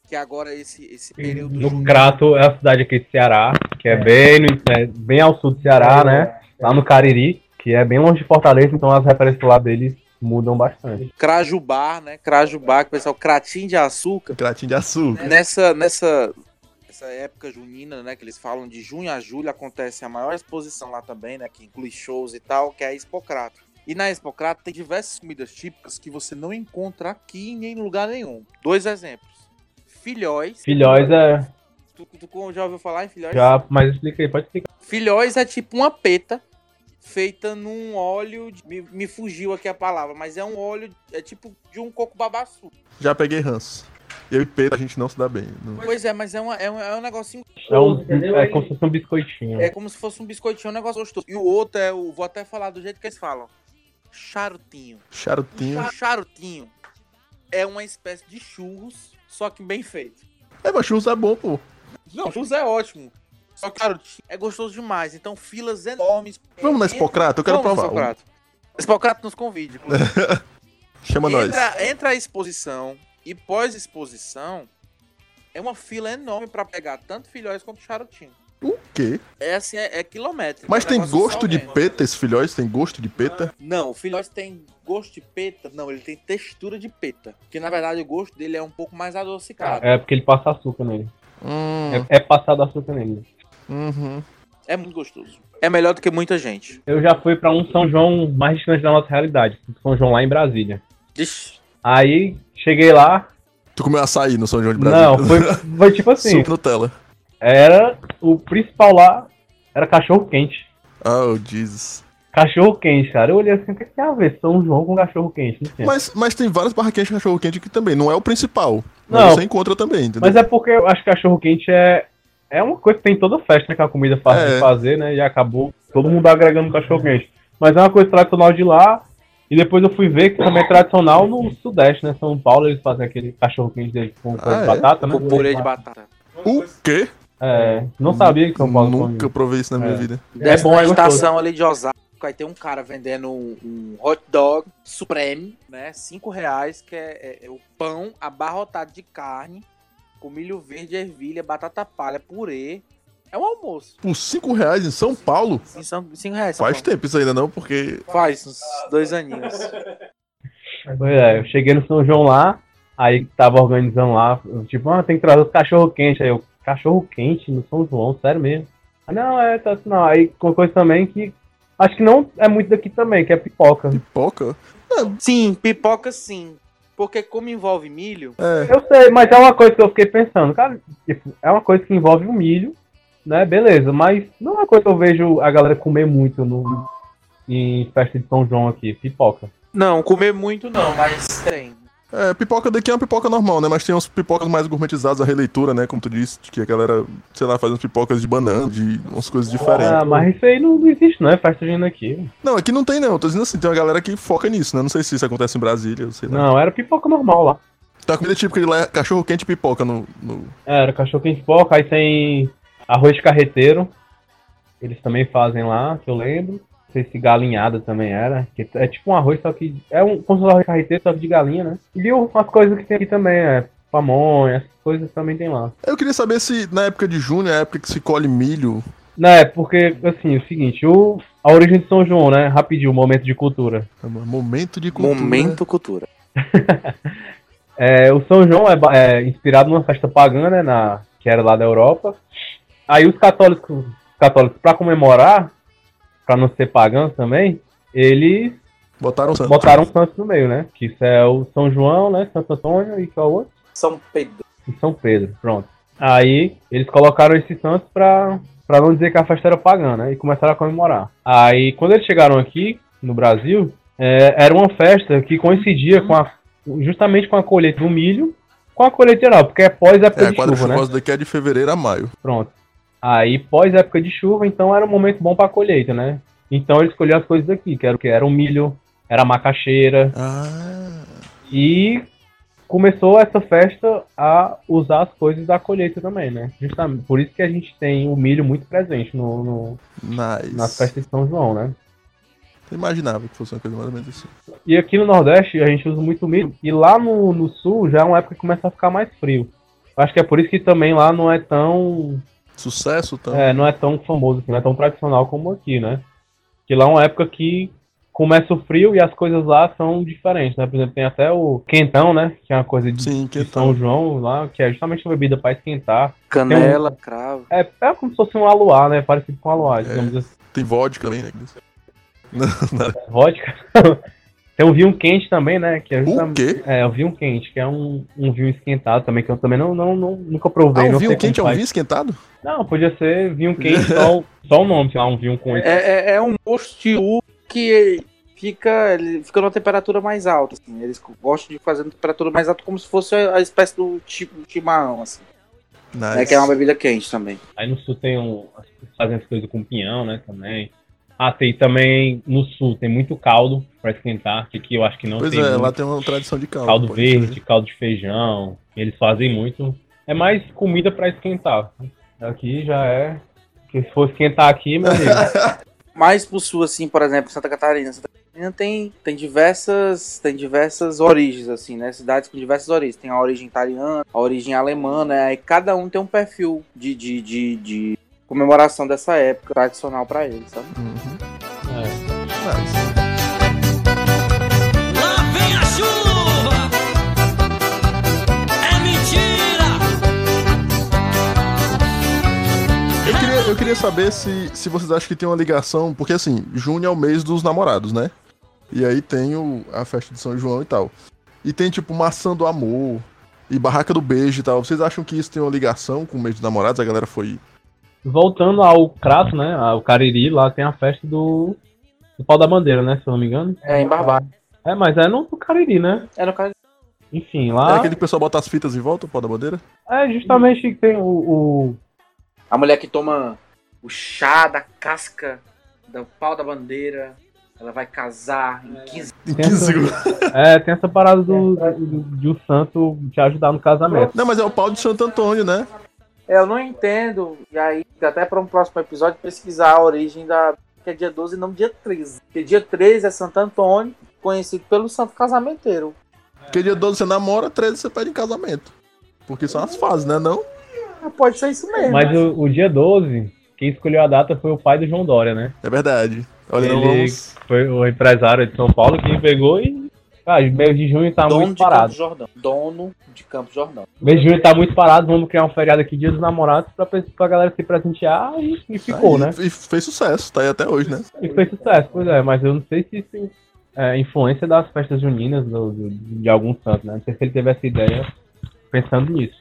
Speaker 5: que agora é esse, esse período...
Speaker 3: No Crato é a cidade aqui de Ceará, que é, Bem, no- é bem ao sul do Ceará, né? Lá no Cariri, que é bem longe de Fortaleza, então as referências lá deles mudam bastante.
Speaker 5: Crajubá, né? Crajubá, que o pessoal, Cratim de Açúcar.
Speaker 4: Cratinho de açúcar.
Speaker 5: Nessa, nessa, nessa época junina, né? Que eles falam de junho a julho, acontece a maior exposição lá também, né? Que inclui shows e tal, que é a Expocrato. E na Expocrato tem diversas comidas típicas que você não encontra aqui em nenhum lugar nenhum. Dois exemplos. Filhóis.
Speaker 3: Filhóis é.
Speaker 5: Tu, tu já ouviu falar em filhóis?
Speaker 3: Já, mas explica aí, pode explicar.
Speaker 5: Filhóis é tipo uma peta feita num óleo. de- me, me fugiu aqui a palavra, mas é um óleo. É tipo de um coco babaçu.
Speaker 4: Já peguei ranço. Eu e Pedro, a gente não se dá bem. Não-
Speaker 5: Pois é, mas é, uma, é, um, é um negocinho.
Speaker 3: É, um, é como se fosse um biscoitinho.
Speaker 5: É como se fosse um biscoitinho, um negócio gostoso. E o outro é o. Vou até falar do jeito que eles falam: charutinho.
Speaker 4: Charutinho.
Speaker 5: O charutinho é uma espécie de churros, só que bem feito.
Speaker 4: É, mas churros é bom, pô.
Speaker 5: Não, churros é ótimo. Só que charutinho é gostoso demais. Então, filas enormes.
Speaker 4: Vamos na Expocrata, eu quero
Speaker 5: Vamos,
Speaker 4: provar.
Speaker 5: Socrates. Socrates nos convide, inclusive.
Speaker 4: Chama nós.
Speaker 5: entra, entra a exposição e pós-exposição é uma fila enorme pra pegar tanto filhóis quanto charutinho.
Speaker 4: O quê?
Speaker 5: É assim, é, é quilométrico.
Speaker 4: Mas
Speaker 5: é um
Speaker 4: tem
Speaker 5: negócio
Speaker 4: gosto de
Speaker 5: salgado.
Speaker 4: peta esse filhóis? Tem gosto de peta?
Speaker 5: Não, o filhóis tem gosto de peta. Não, ele tem textura de peta. Que na verdade o gosto dele é um pouco mais adocicado.
Speaker 3: É porque ele passa açúcar nele.
Speaker 4: Hum,
Speaker 3: É, é passado açúcar nele.
Speaker 4: uhum.
Speaker 5: É muito gostoso. É melhor do que muita gente.
Speaker 3: Eu já fui pra um São João mais distante da nossa realidade, um São João lá em Brasília.
Speaker 5: Ixi,
Speaker 3: Aí cheguei lá,
Speaker 4: Tu comeu açaí no São João de
Speaker 3: não,
Speaker 4: Brasília?
Speaker 3: foi, foi tipo assim,
Speaker 4: Suco Nutella.
Speaker 3: era o principal lá era cachorro quente.
Speaker 4: Oh, Jesus.
Speaker 3: Cachorro quente, cara. Eu olhei assim, o que tem a ver? São João com cachorro quente. Não, tinha.
Speaker 4: Mas, mas tem várias barra quente cachorro quente aqui também. Não é o principal. Mas
Speaker 3: Não.
Speaker 4: você encontra também, entendeu?
Speaker 3: Mas é porque eu acho que cachorro quente é, é uma coisa que tem em toda festa, né? Que é uma comida fácil
Speaker 4: É.
Speaker 3: de fazer, né? E acabou todo mundo agregando cachorro quente. Mas é uma coisa tradicional de lá. E depois eu fui ver que também é tradicional no Sudeste, né? São Paulo, eles fazem aquele cachorro quente deles com purê
Speaker 4: Ah, é?
Speaker 3: de batata, né?
Speaker 5: Com purê de batata.
Speaker 4: O quê?
Speaker 3: É, não sabia que São Paulo
Speaker 4: Nunca
Speaker 3: comia.
Speaker 4: provei isso na minha
Speaker 3: É.
Speaker 4: vida.
Speaker 5: Desce
Speaker 3: bom,
Speaker 5: na
Speaker 3: é gostoso.
Speaker 5: estação ali de Osasco, aí tem um cara vendendo um, um hot dog supreme, né? Cinco reais, que é, é- é o pão abarrotado de carne, com milho verde, ervilha, batata palha, purê. É um almoço.
Speaker 4: Por 5 reais em São Paulo?
Speaker 5: Sim, são cinco reais.
Speaker 4: Faz
Speaker 5: São
Speaker 4: tempo isso ainda não, porque.
Speaker 5: Paulo. Faz uns dois aninhos.
Speaker 3: Pois é, eu cheguei no São João lá, aí tava organizando lá, eu, tipo, ah, tem que trazer os cachorro quente. Aí eu, cachorro quente no São João, sério mesmo. Ah, não, é, tá, não. Aí uma coisa também que acho que não é muito daqui também, que é pipoca.
Speaker 4: Pipoca?
Speaker 5: Sim, pipoca sim. Porque como envolve milho,
Speaker 4: É.
Speaker 3: Eu sei, mas é uma coisa que eu fiquei pensando, cara, tipo, é uma coisa que envolve o milho, né, beleza, mas não é uma coisa que eu vejo a galera comer muito no, em festa de São João aqui, pipoca.
Speaker 5: não, comer muito não, mas tem.
Speaker 4: É, pipoca daqui é uma pipoca normal, né? Mas tem umas pipocas mais gourmetizadas, a releitura, né? Como tu disse, de que a galera, sei lá, faz umas pipocas de banana, de umas coisas diferentes.
Speaker 3: Ah, mas isso aí não, não existe, não, é festa junina aqui.
Speaker 4: Não, aqui não tem, não. Tô dizendo assim, tem uma galera que foca nisso, né? Não sei se isso acontece em Brasília, eu sei lá.
Speaker 3: Não, era pipoca normal lá.
Speaker 4: Então a comida típica de lá é cachorro quente e pipoca no. no-
Speaker 3: É, Era cachorro quente pipoca, aí tem arroz carreteiro. Eles também fazem lá, que eu lembro. Não sei se galinhada também era. Que é tipo um arroz, só que. É um como se fosse um arroz carreteiro, só que de galinha, né? E umas coisas que tem aqui também, é pamonha, essas coisas também tem lá.
Speaker 4: Eu queria saber se na época de junho, é a época que se colhe milho.
Speaker 3: Não, é porque, assim, é o seguinte, o, a origem de São João, né? Rapidinho, momento de cultura.
Speaker 4: é um Momento de cultura.
Speaker 5: Momento cultura.
Speaker 3: É, o São João é, ba- é inspirado numa festa pagã, né, na, que era lá da Europa. Aí os católicos, católicos para comemorar, para não ser pagãos também, eles
Speaker 4: Botaram santo.
Speaker 3: botaram um santo no meio, né? Que isso é o São João, né, Santo Antônio e qual outro?
Speaker 5: São Pedro.
Speaker 3: E São Pedro, pronto. Aí eles colocaram esses santos pra, pra não dizer que a festa era pagã, né? E começaram a comemorar. Aí quando eles chegaram aqui, no Brasil, é, era uma festa que coincidia com a, justamente com a colheita do milho, com a colheita geral, porque é pós época
Speaker 4: É, a
Speaker 3: de
Speaker 4: quadra
Speaker 3: chuva, né?
Speaker 4: chuvosa daqui é de fevereiro a maio.
Speaker 3: Pronto. Aí pós época de chuva, então era um momento bom pra colheita, né? Então eles colhiam as coisas daqui, que era o que? Era o milho, era a macaxeira,
Speaker 4: Ah.
Speaker 3: e começou essa festa a usar as coisas da colheita também, né? Justamente por isso que a gente tem o milho muito presente no, no-
Speaker 4: Nice.
Speaker 3: nas festas de São João, né?
Speaker 4: Eu imaginava que fosse uma coisa mais ou menos assim.
Speaker 3: E aqui no Nordeste a gente usa muito milho. E lá no, no Sul já é uma época que começa a ficar mais frio. Eu Acho que é por isso que também lá não é tão
Speaker 4: Sucesso, então.
Speaker 3: é, não é tão famoso, assim, não é tão tradicional como aqui, né? Que lá é uma época que começa o frio e as coisas lá são diferentes, né? Por exemplo, tem até o quentão, né? Que é uma coisa de
Speaker 4: Sim, que
Speaker 3: de São
Speaker 4: então.
Speaker 3: João lá, que é justamente uma bebida para esquentar.
Speaker 5: Canela, um cravo.
Speaker 3: É, é como se fosse um aluá, né? Parecido com um
Speaker 4: É.
Speaker 3: aluá, digamos assim. É
Speaker 4: Tem vodka também, né? Não, nada.
Speaker 3: Vodka. Tem um vinho quente também, né? Que é
Speaker 4: O
Speaker 3: justamente...
Speaker 4: quê?
Speaker 3: É, o vinho quente, que é um, um vinho esquentado também, que eu também não, não, não- nunca provei.
Speaker 4: Ah, o
Speaker 3: não sei
Speaker 4: vinho
Speaker 3: como
Speaker 4: quente é um
Speaker 3: faz.
Speaker 4: vinho esquentado?
Speaker 3: Não, podia ser vinho quente, só, o- só o nome, sei lá, um vinho com
Speaker 5: É, é, é um mosto de uva que fica, ele fica numa temperatura mais alta. assim. Eles gostam de fazer uma temperatura mais alta, como se fosse a a espécie do chi- chimarrão, assim.
Speaker 4: Nice.
Speaker 5: Né, que é uma bebida quente também.
Speaker 3: Aí no sul tem um. as pessoas Fazem as coisas com pinhão, né? Também. Ah, tem também no sul, tem muito caldo para esquentar, que aqui eu acho que não
Speaker 4: Pois
Speaker 3: tem.
Speaker 4: é,
Speaker 3: muito.
Speaker 4: lá tem uma tradição de caldo.
Speaker 3: caldo
Speaker 4: pode né?
Speaker 3: verde,
Speaker 4: crer.
Speaker 3: caldo de feijão. Eles fazem muito. É mais comida pra esquentar. Aqui já é. Porque se for esquentar aqui, meu amigo. é.
Speaker 5: Mas pro sul, assim, por exemplo, Santa Catarina. Santa Catarina tem, tem, diversas, tem diversas origens, assim, né? Cidades com diversas origens. Tem a origem italiana, a origem alemã, né? E cada um tem um perfil de, de, de, de comemoração dessa época tradicional pra eles, sabe?
Speaker 4: Uhum.
Speaker 3: É.
Speaker 4: Nice.
Speaker 2: Lá vem a chuva. É mentira.
Speaker 4: Eu queria, eu queria saber se, se vocês acham que tem uma ligação, porque assim, junho é o mês dos namorados, né? E aí tem o, a festa de São João e tal. E tem tipo maçã do amor e barraca do beijo e tal. Vocês acham que isso tem uma ligação com o mês dos namorados? A galera foi
Speaker 3: Voltando ao Crato, né? Ao Cariri, lá tem a festa do No pau da bandeira, né? Se eu não me engano.
Speaker 5: É, em Barbalho.
Speaker 3: É, mas é no no Cariri, né?
Speaker 5: É no caso.
Speaker 3: Enfim,
Speaker 4: É
Speaker 3: lá.
Speaker 4: aquele que o pessoal bota as fitas em volta, o pau da bandeira?
Speaker 3: É justamente que tem o. o-
Speaker 5: A mulher que toma o chá da casca, do pau da bandeira, ela vai casar em 15
Speaker 4: Em
Speaker 3: Tem
Speaker 4: 15
Speaker 3: essa-
Speaker 4: segundos.
Speaker 3: É, tem essa parada do, do- de o santo te ajudar no casamento.
Speaker 4: Não, mas é o pau de Santo Antônio, né?
Speaker 5: É, Eu não entendo, e aí até para um próximo episódio pesquisar a origem da que é dia 12 e não dia 13. Porque dia 13 é Santo Antônio, conhecido pelo Santo Casamenteiro.
Speaker 4: Porque dia 12 você namora, 13 você pede em casamento. Porque são as fases, né? Não?
Speaker 5: Ah, Pode ser isso mesmo.
Speaker 3: Mas o, o dia 12, quem escolheu a data foi o pai do João Dória, né?
Speaker 4: É verdade. Olha, não
Speaker 3: Ele-
Speaker 4: vamos.
Speaker 3: Foi o empresário de São Paulo que pegou e. Cara, mês de junho tá
Speaker 5: Dono
Speaker 3: muito
Speaker 5: de Campo
Speaker 3: parado.
Speaker 5: Jordão. Dono de Campo Jordão.
Speaker 3: Mês de junho tá muito parado, vamos criar um feriado aqui, dia dos namorados, pra, pe- pra galera se presentear e, e ficou,
Speaker 4: Aí,
Speaker 5: É
Speaker 3: né?
Speaker 4: E fez sucesso, tá aí até hoje, né?
Speaker 3: E foi sucesso, pois é, mas eu não sei se isso é influência das festas juninas do, do- de algum santo, né? Não sei se ele teve essa ideia pensando nisso.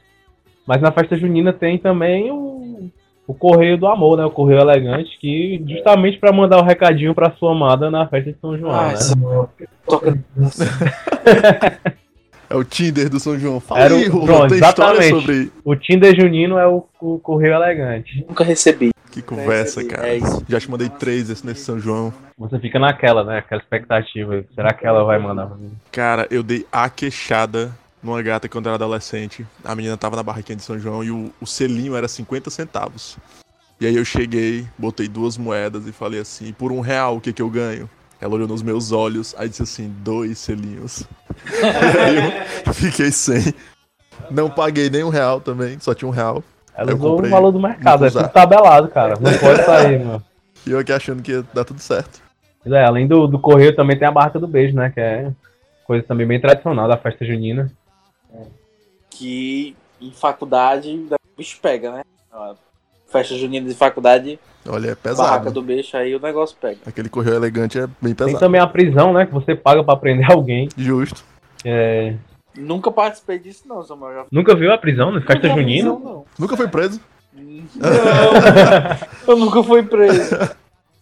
Speaker 3: Mas na festa junina tem também o, o Correio do Amor, né? O Correio Elegante, que
Speaker 5: É.
Speaker 3: justamente pra mandar o recadinho pra sua amada na festa de São João,
Speaker 5: Ah,
Speaker 3: né?
Speaker 5: isso-
Speaker 4: É o Tinder do São João. Fala
Speaker 3: Era o-
Speaker 4: aí, Romulo,
Speaker 3: pronto,
Speaker 4: tem história
Speaker 3: exatamente.
Speaker 4: sobre.
Speaker 3: O Tinder junino é o, o Correio Elegante.
Speaker 5: Nunca recebi.
Speaker 4: Que conversa,
Speaker 5: recebi,
Speaker 4: cara.
Speaker 5: é isso.
Speaker 4: Já te mandei três esse- nesse São João.
Speaker 3: Você fica naquela, né? Aquela expectativa. Será que ela vai mandar? pra mim?
Speaker 4: Cara, eu dei a queixada numa gata quando eu era adolescente. A menina tava na barraquinha de São João e o, o selinho era 50 centavos. E aí eu cheguei, botei duas moedas e falei assim, por um real o que que eu ganho? Ela olhou nos meus olhos, aí disse assim, dois selinhos. aí eu fiquei sem. Não paguei nem um real também, só tinha um real.
Speaker 3: Ela
Speaker 4: Eu
Speaker 3: usou o
Speaker 4: comprei.
Speaker 3: valor do mercado, é
Speaker 4: usar.
Speaker 3: tudo tabelado, cara. Não pode sair, mano.
Speaker 4: E eu aqui achando que ia dar tudo certo.
Speaker 3: Pois é, além do, do correio também tem a barca do beijo, né? Que é coisa também bem tradicional da festa junina.
Speaker 5: Que em faculdade o bicho pega, né? Ah, Festa junina de faculdade,
Speaker 4: Olha, é
Speaker 5: barraca
Speaker 4: pesado.
Speaker 5: do bicho, aí o negócio pega.
Speaker 4: Aquele correio elegante é bem
Speaker 3: Tem
Speaker 4: pesado.
Speaker 3: também a prisão, né? Que você paga pra prender alguém.
Speaker 4: Justo.
Speaker 3: É,
Speaker 5: Nunca participei disso, não, Samuel. Já
Speaker 3: Nunca viu a prisão na festa
Speaker 5: Não,
Speaker 3: junina?
Speaker 5: Não,
Speaker 4: Nunca foi preso?
Speaker 5: não. eu nunca fui preso.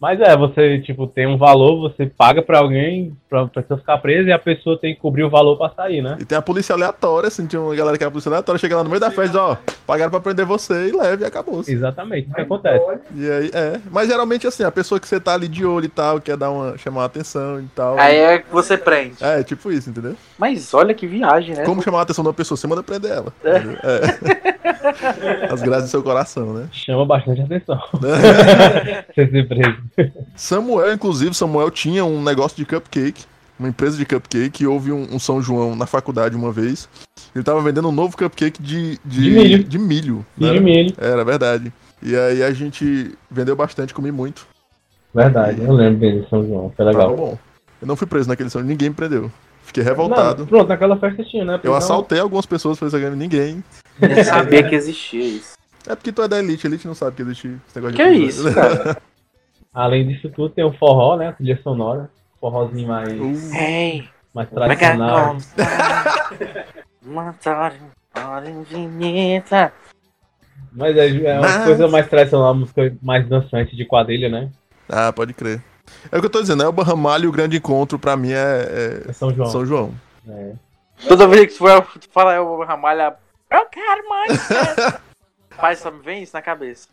Speaker 3: Mas é, você, tipo, tem um valor, você paga pra alguém, pra pra pessoa ficar presa, e a pessoa tem que cobrir o valor pra sair, né?
Speaker 4: E tem a polícia aleatória, assim, tinha uma galera que era polícia aleatória, chega lá no meio da festa, e diz, ó, pagaram pra prender você e leve e acabou. assim.
Speaker 3: Exatamente, isso que acontece.
Speaker 4: E aí, é. Mas geralmente assim, a pessoa que você tá ali de olho e tal, quer dar uma, chamar a atenção e tal.
Speaker 5: Aí é que você prende.
Speaker 4: É, tipo isso, entendeu?
Speaker 5: Mas olha que viagem, né?
Speaker 4: Como chamar a atenção de uma pessoa? Você manda prender ela. entendeu? É. As graças do seu coração, né?
Speaker 3: Chama bastante atenção. Você ser preso.
Speaker 4: Samuel, inclusive, Samuel tinha um negócio de cupcake, uma empresa de cupcake, e houve um, um São João na faculdade uma vez. Ele tava vendendo um novo cupcake de, de,
Speaker 3: De milho.
Speaker 4: de milho,
Speaker 3: E
Speaker 4: né?
Speaker 3: de milho.
Speaker 4: Era verdade. E aí a gente vendeu bastante, comi muito.
Speaker 3: Verdade, eu lembro bem de São João, foi
Speaker 4: Tava
Speaker 3: legal.
Speaker 4: bom. Eu não fui preso naquele São João, ninguém me prendeu. Fiquei
Speaker 3: Não,
Speaker 4: revoltado.
Speaker 3: pronto, naquela festa tinha, né?
Speaker 4: Eu
Speaker 3: Prisão-
Speaker 4: assaltei algumas pessoas, foi ganhando ninguém.
Speaker 5: Nem sabia que existia isso.
Speaker 4: É porque tu é da elite, a elite não sabe que existe esse negócio de
Speaker 5: Que é
Speaker 4: prisão.
Speaker 5: isso, cara?
Speaker 3: Além disso tudo, tem o forró, né? Trilha sonora. Forrozinho mais,
Speaker 4: Uh,
Speaker 5: Hey,
Speaker 3: mais
Speaker 5: é
Speaker 3: tradicional.
Speaker 5: Megaton. Mataram. Hora infinita.
Speaker 3: Mas é, é uma
Speaker 4: Mas-
Speaker 3: coisa mais tradicional, uma música mais dançante de quadrilha, né?
Speaker 4: Ah, pode crer. É o que eu tô dizendo, é o Barramalho e o grande encontro pra mim é,
Speaker 3: É São
Speaker 4: é
Speaker 3: João.
Speaker 4: São João.
Speaker 3: É.
Speaker 5: Toda vez que tu vai- tu fala, eu ramalha. Eu quero mais. né? Pai, só me vem isso na cabeça.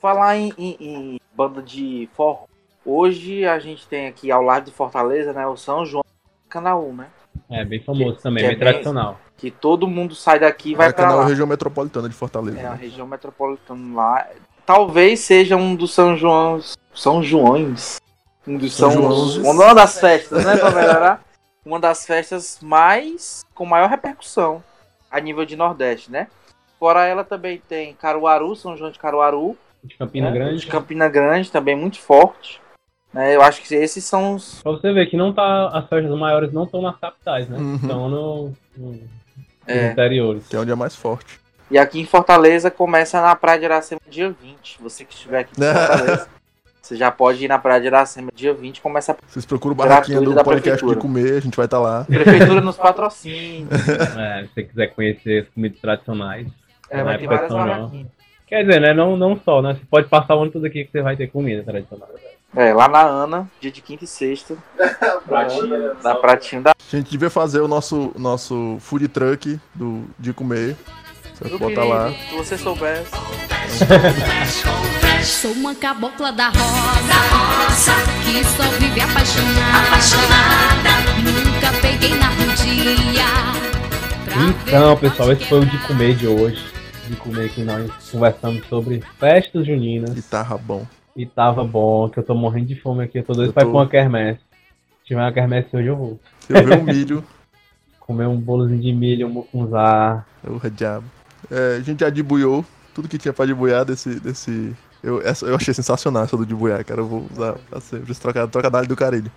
Speaker 5: Falar em, em- em banda de forró. Hoje a gente tem aqui ao lado de Fortaleza, né? O São João Canaú, né?
Speaker 3: É, bem famoso também,
Speaker 5: que é
Speaker 3: bem
Speaker 5: bem-
Speaker 3: tradicional.
Speaker 5: Que todo mundo sai daqui e vai pra
Speaker 4: Maracanã é
Speaker 5: lá.
Speaker 4: a região metropolitana de Fortaleza.
Speaker 5: É a
Speaker 4: né?
Speaker 5: região metropolitana lá. Talvez seja um dos São João. São Joões. Um dos
Speaker 4: São
Speaker 5: São,
Speaker 4: Joões.
Speaker 5: Uma das festas, né? Pra melhorar. Uma das festas mais. com maior repercussão a nível de Nordeste, né? Fora ela também tem Caruaru, São João de Caruaru,
Speaker 3: De Campina
Speaker 5: né?
Speaker 3: Grande.
Speaker 5: de Campina Grande, também muito forte. né? Eu acho que esses são os.
Speaker 3: Pra você ver que não tá, as festas maiores não estão nas capitais, né?
Speaker 4: Uhum.
Speaker 3: Estão no, no- nos
Speaker 5: é,
Speaker 3: interiores.
Speaker 4: Que é onde é mais forte.
Speaker 5: E aqui em Fortaleza começa na Praia de Iracema dia 20. Você que estiver aqui em Fortaleza, você já pode ir na Praia de Iracema dia 20 começa a
Speaker 4: Vocês procuram o barraquinha
Speaker 5: Gratuito
Speaker 4: do
Speaker 5: da
Speaker 4: podcast de
Speaker 5: prefeitura.
Speaker 4: comer, a gente vai estar lá.
Speaker 5: Prefeitura nos patrocina.
Speaker 3: É, se você quiser conhecer as comidas tradicionais.
Speaker 5: É,
Speaker 3: Não
Speaker 5: vai
Speaker 3: é
Speaker 5: ter várias
Speaker 3: tradicional.
Speaker 5: barraquinhas.
Speaker 3: Quer dizer, né? Não, não só, né? Você pode passar o ano todo aqui que você vai ter comida tradicional.
Speaker 5: É, lá na Ana, dia de quinta e sexta,
Speaker 6: Pratinha.
Speaker 5: na né? Pratinho da.
Speaker 4: A gente devia fazer o nosso, nosso food truck do, de comer. Você
Speaker 5: Eu
Speaker 4: botar lá.
Speaker 5: queria, Se você soubesse.
Speaker 7: Sou uma cabocla da roça, que só vive apaixonada. Nunca peguei na rodinha.
Speaker 3: Então, pessoal, esse
Speaker 7: é
Speaker 3: foi o de comer de hoje. De comer que nós conversamos sobre festas juninas.
Speaker 4: E tava bom.
Speaker 3: E tava bom, que eu tô morrendo de fome aqui. Eu tô doido
Speaker 4: Eu
Speaker 3: pra ir
Speaker 4: tô-
Speaker 3: pra uma quermesse. Se tiver uma quermesse hoje, eu vou.
Speaker 4: Se eu ver um milho,
Speaker 3: Comer um bolozinho de milho, um mucunzá.
Speaker 4: eu diabo. É, a gente já dibuiou tudo que tinha pra dibuiar desse. desse... Eu, essa, eu achei sensacional essa do dibuiar, cara. Eu vou usar pra sempre esse trocadilho, trocadilho do carilho.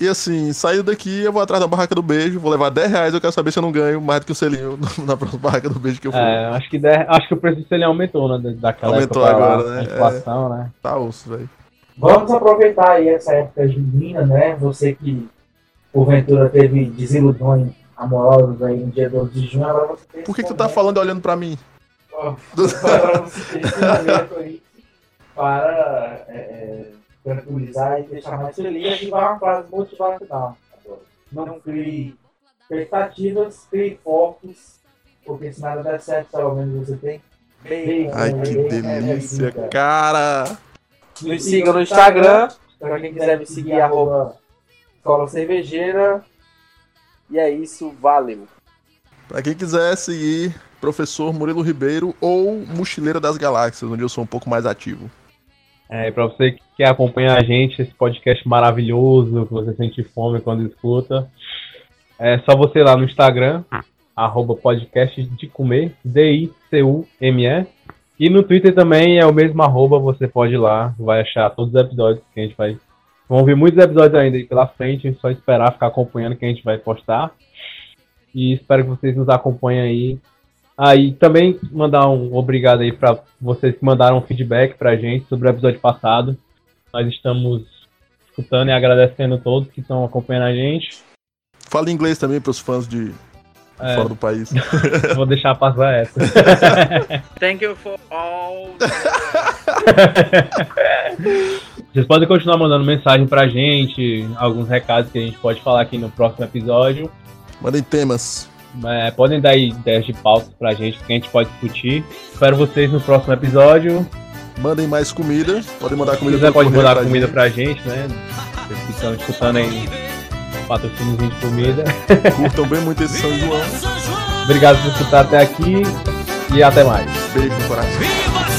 Speaker 4: E assim, saindo daqui, eu vou atrás da barraca do beijo, vou levar 10 reais, eu quero saber se eu não ganho mais do que o selinho na próxima barraca do beijo que eu fui.
Speaker 3: É, acho que, der- acho que o preço dele aumentou, né? da- Daquela
Speaker 4: Aumentou
Speaker 3: época pra
Speaker 4: agora,
Speaker 3: lá,
Speaker 4: né?
Speaker 3: a Inflação, né?
Speaker 4: Tá osso, velho.
Speaker 6: Vamos aproveitar aí essa época junina, né? Você que porventura teve desilusões amorosas aí no dia 12 de junho, agora você tem
Speaker 4: Por que, que
Speaker 6: esse
Speaker 4: tu tá
Speaker 6: momento,
Speaker 4: falando e olhando pra mim?
Speaker 6: ó, Agora você tem esse momento aí para é, é, tranquilizar e deixar mais feliz e vai uma frase motivacional. agora. Não crie expectativas, crie focos, porque se nada der certo, pelo menos você tem. bacon,
Speaker 4: Ai, que
Speaker 6: bacon, é
Speaker 4: delícia,
Speaker 6: vida.
Speaker 4: cara.
Speaker 5: Nos sigam no Instagram.
Speaker 6: Pra quem quiser me seguir, arroba Escola Cervejeira.
Speaker 5: E é isso, valeu.
Speaker 4: Pra quem quiser seguir, professor Murilo Ribeiro ou Mochileira das Galáxias, onde eu sou um pouco mais ativo.
Speaker 3: É, e pra você que quer acompanhar a gente, esse podcast maravilhoso, que você sente fome quando escuta, é só você ir lá no Instagram, arroba podcast de comer, D-I-C-U-M-E. E no Twitter também é o mesmo arroba, você pode ir lá, vai achar todos os episódios que a gente vai. Vão vir muitos episódios ainda aí pela frente, é só esperar ficar acompanhando que a gente vai postar. E espero que vocês nos acompanhem aí Aí também mandar um obrigado aí pra vocês que mandaram um feedback pra gente sobre o episódio passado. Nós estamos escutando e agradecendo a todos que estão acompanhando a gente.
Speaker 4: Fala inglês também pros fãs de
Speaker 3: É.
Speaker 4: fora do país.
Speaker 3: Vou deixar passar essa.
Speaker 5: Thank you for all.
Speaker 3: Vocês podem continuar mandando mensagem pra gente, alguns recados que a gente pode falar aqui no próximo episódio.
Speaker 4: Mandem temas.
Speaker 3: É, podem dar aí ideias de pautas pra gente que a gente pode discutir. Espero vocês no próximo episódio.
Speaker 4: Mandem mais comida. Podem mandar
Speaker 3: Se
Speaker 4: comida
Speaker 3: quiser,
Speaker 4: pelo
Speaker 3: pode
Speaker 4: correio
Speaker 3: mandar
Speaker 4: pra
Speaker 3: comida
Speaker 4: gente.
Speaker 3: pra gente, né? Vocês que estão escutando aí patrocínio de comida.
Speaker 4: Curtam bem muito esse São João.
Speaker 2: São João!
Speaker 3: Obrigado por escutar até aqui e até mais.
Speaker 4: Beijo no coração.
Speaker 2: Viva